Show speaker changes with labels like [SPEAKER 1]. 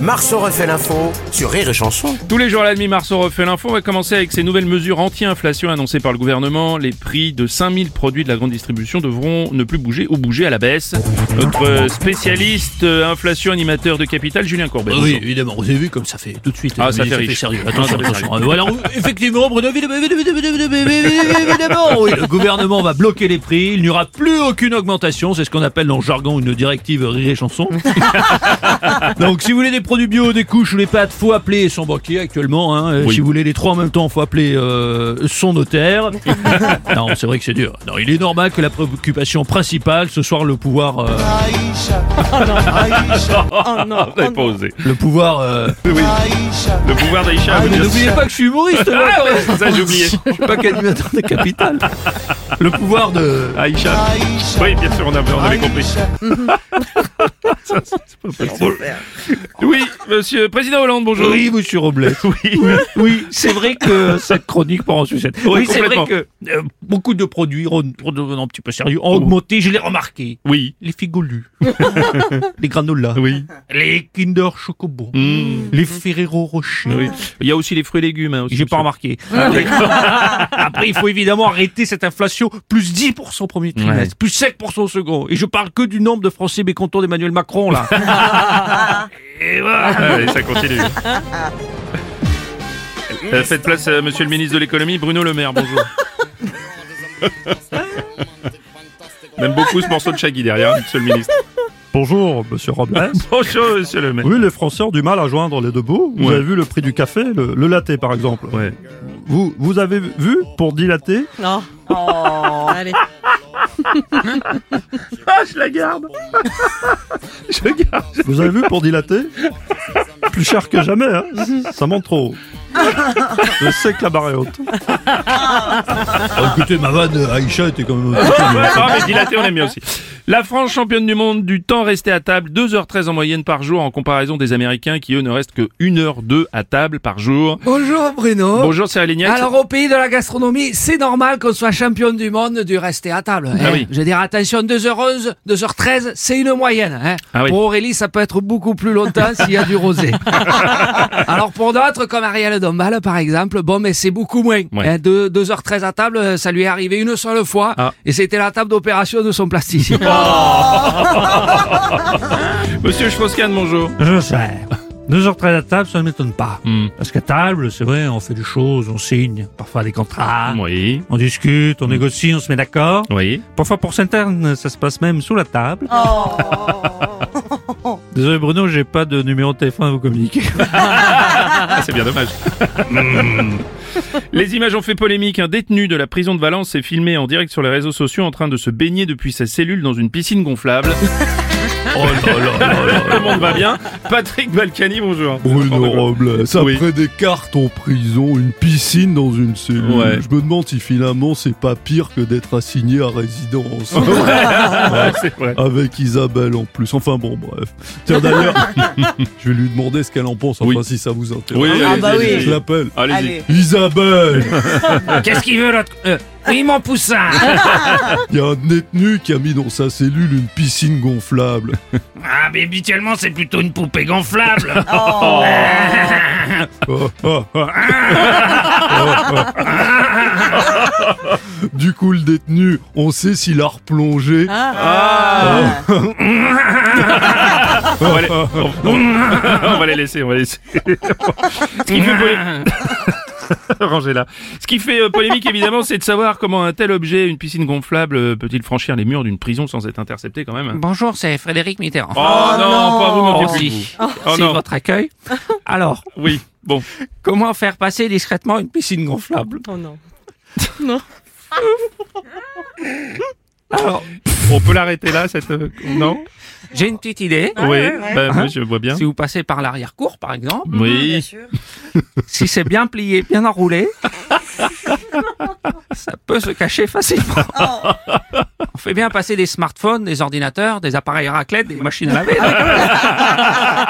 [SPEAKER 1] Marceau refait l'info sur Rire et Chanson.
[SPEAKER 2] Tous les jours à la demi-mars, on refait l'info. On va commencer avec ces nouvelles mesures anti-inflation annoncées par le gouvernement. Les prix de 5000 produits de la grande distribution devront ne plus bouger ou bouger à la baisse. Notre spécialiste euh, inflation animateur de Capital, Julien Courbet.
[SPEAKER 3] Oui, évidemment, vous avez vu comme ça fait tout de suite.
[SPEAKER 2] Ah,
[SPEAKER 3] euh,
[SPEAKER 2] ça
[SPEAKER 3] mais
[SPEAKER 2] fait riche.
[SPEAKER 3] sérieux.
[SPEAKER 2] Ah,
[SPEAKER 3] Attention,
[SPEAKER 2] ça fait
[SPEAKER 3] attention. Euh, voilà, on- effectivement, Bruno, évidemment, évidemment, évidemment, évidemment, évidemment, oui, le gouvernement va bloquer les prix, il n'y aura plus aucune augmentation, c'est ce qu'on appelle dans le jargon une directive rire et chanson. Donc, si vous voulez des produits bio, des couches ou les pâtes, faut appeler son banquier actuellement. hein. Euh, Si vous voulez les trois en même temps, faut appeler euh, son notaire. non, c'est vrai que c'est dur. Non, il est normal que la préoccupation principale ce soir le pouvoir, euh,
[SPEAKER 4] Aïcha, Ah
[SPEAKER 2] Vous n'avez pas osé.
[SPEAKER 3] le pouvoir. euh,
[SPEAKER 4] Aïcha.
[SPEAKER 2] Le pouvoir d'Aïcha.
[SPEAKER 3] Ah,
[SPEAKER 2] vous
[SPEAKER 3] mais
[SPEAKER 2] dire-
[SPEAKER 3] n'oubliez pas que je suis humoriste. moi,
[SPEAKER 2] Ah,
[SPEAKER 3] quand même.
[SPEAKER 2] ouais, ça, j'ai oublié.
[SPEAKER 3] Je suis pas qu'animateur de Capital. Le pouvoir de.
[SPEAKER 2] Aïcha. Oui, bien sûr, on avait, on
[SPEAKER 3] Ah
[SPEAKER 2] avait compris. Ça, c'est pas possible. Oui, monsieur président Hollande, bonjour.
[SPEAKER 3] Oui, monsieur Robles.
[SPEAKER 2] Oui.
[SPEAKER 3] Oui, c'est vrai que cette chronique part en sucette.
[SPEAKER 2] Oui,
[SPEAKER 3] Oui, c'est
[SPEAKER 2] complètement.
[SPEAKER 3] vrai que euh, beaucoup de produits re- redevenant un petit peu sérieux
[SPEAKER 2] Oh.
[SPEAKER 3] ont augmenté, je l'ai remarqué.
[SPEAKER 2] Oui.
[SPEAKER 3] Les figolus, les granolas,
[SPEAKER 2] Oui.
[SPEAKER 3] les Kinder Chocobo,
[SPEAKER 2] Mmh.
[SPEAKER 3] les Ferrero Rocher.
[SPEAKER 2] Oui. Il y a aussi les fruits et légumes. hein, aussi,
[SPEAKER 3] J'ai pas
[SPEAKER 2] monsieur.
[SPEAKER 3] remarqué.
[SPEAKER 5] Ah,
[SPEAKER 3] Après, il faut évidemment arrêter cette inflation. Plus 10% au premier trimestre, plus 7% au second. Et je parle que du nombre de Français mécontents d'Emmanuel Macron, là.
[SPEAKER 2] Et voilà. Allez, Ah ça continue. Euh, faites place à monsieur le ministre de l'économie, Bruno Le Maire, bonjour. Même beaucoup ce morceau de Shaggy derrière, monsieur le ministre.
[SPEAKER 5] Bonjour, monsieur Robles.
[SPEAKER 2] Bonjour, monsieur le maire.
[SPEAKER 5] Oui, les Français ont du mal à joindre les deux bouts. Vous
[SPEAKER 2] Ouais.
[SPEAKER 5] avez vu le prix du café, le, le latte par exemple.
[SPEAKER 2] Ouais.
[SPEAKER 5] Vous, vous avez vu pour dilater
[SPEAKER 6] Non.
[SPEAKER 3] Oh.
[SPEAKER 6] Allez.
[SPEAKER 2] Ah, je la garde. je garde.
[SPEAKER 5] Vous avez vu pour dilater Plus cher que jamais, hein Ça monte trop. Je sais que la barre est haute.
[SPEAKER 3] Ah, écoutez, ma vanne euh, Aïcha était quand même.
[SPEAKER 2] Oh, non, mais dilaté, on aime bien aussi. La France championne du monde du temps resté à table, 2h13 en moyenne par jour en comparaison des Américains qui eux ne restent que 1h2 à table par jour.
[SPEAKER 7] Bonjour Bruno.
[SPEAKER 2] Bonjour Cyril Lignac.
[SPEAKER 7] Oh. Alors au pays de la gastronomie, c'est normal qu'on soit champion du monde du rester à table. hein.
[SPEAKER 2] Ah oui.
[SPEAKER 7] Je veux dire, attention, 2h11, 2h13, c'est une moyenne. hein.
[SPEAKER 2] Ah oui.
[SPEAKER 7] Pour Aurélie, ça peut être beaucoup plus longtemps s'il y a du rosé. Alors pour d'autres, comme Ariel Dombal par exemple, bon, mais c'est beaucoup moins.
[SPEAKER 2] Ouais.
[SPEAKER 7] hein. De 2h13 à table, euh, ça lui est arrivé une seule fois,
[SPEAKER 2] Ah.
[SPEAKER 7] et c'était la table d'opération de son plasticien.
[SPEAKER 2] Monsieur Schroeskan, bonjour.
[SPEAKER 3] Je sais. Deux heures très à table, ça ne m'étonne pas.
[SPEAKER 2] Hmm.
[SPEAKER 3] Parce qu'à table, c'est vrai, on fait des choses, on signe parfois des contrats,
[SPEAKER 2] Oui.
[SPEAKER 3] on discute, on négocie, on se met d'accord.
[SPEAKER 2] Oui.
[SPEAKER 3] Parfois, pour s'interne, ça se passe même sous la table. Désolé, Bruno, j'ai pas de numéro de téléphone à vous communiquer.
[SPEAKER 2] Ah, c'est bien dommage. Mm. les images ont fait polémique. Un détenu de la prison de Valence est filmé en direct sur les réseaux sociaux en train de se baigner depuis sa cellule dans une piscine gonflable.
[SPEAKER 3] Oh là là là là.
[SPEAKER 2] Le monde va bien. Patrick Balkany, bonjour.
[SPEAKER 8] Bruno Robles, après
[SPEAKER 2] Oui.
[SPEAKER 8] des cartes en prison, une piscine dans une cellule,
[SPEAKER 2] Ouais.
[SPEAKER 8] je me demande si finalement c'est pas pire que d'être assigné à résidence.
[SPEAKER 2] Ouais, c'est vrai.
[SPEAKER 8] Avec Isabelle en plus. Enfin bon, bref. Tiens d'ailleurs, je vais lui demander ce qu'elle en pense, enfin
[SPEAKER 2] Oui.
[SPEAKER 8] si ça vous intéresse.
[SPEAKER 2] Oui, allez-y,
[SPEAKER 6] bah oui.
[SPEAKER 2] allez-y.
[SPEAKER 8] Je l'appelle.
[SPEAKER 2] Allez-y.
[SPEAKER 8] Isabelle
[SPEAKER 7] Qu'est-ce qu'il veut l'autre Euh, Oui, mon poussin
[SPEAKER 8] Il y a un détenu qui a mis dans sa cellule une piscine gonflable.
[SPEAKER 7] Ah, mais habituellement, c'est plutôt une poupée gonflable
[SPEAKER 8] Oh, oh, oh. du coup, le détenu, on sait s'il a replongé.
[SPEAKER 2] On va les, on- on- on va les laisser, on va les laisser. Ce qui fait polémique. Rangez-la. Ce qui fait euh, polémique, évidemment, c'est de savoir comment un tel objet, une piscine gonflable, euh, peut-il franchir les murs d'une prison sans être intercepté quand même.
[SPEAKER 7] Bonjour, c'est Frédéric Mitterrand.
[SPEAKER 2] Oh, non, pas vous
[SPEAKER 7] Oh,
[SPEAKER 2] manquer plus de
[SPEAKER 7] si.
[SPEAKER 2] vous. Oh
[SPEAKER 7] Si,
[SPEAKER 2] non,
[SPEAKER 7] votre accueil. Alors,
[SPEAKER 2] oui, bon.
[SPEAKER 7] comment faire passer discrètement une piscine gonflable
[SPEAKER 6] Oh non.
[SPEAKER 7] Alors,
[SPEAKER 2] On peut l'arrêter là, cette... euh, Non
[SPEAKER 7] j'ai une petite idée.
[SPEAKER 2] Oui, bah, moi, je vois bien.
[SPEAKER 7] Si vous passez par l'arrière-cour, par exemple,
[SPEAKER 2] Oui,
[SPEAKER 7] si c'est bien plié, bien enroulé, ça peut se cacher facilement. On fait bien passer des smartphones, des ordinateurs, des appareils raclette, des machines à laver.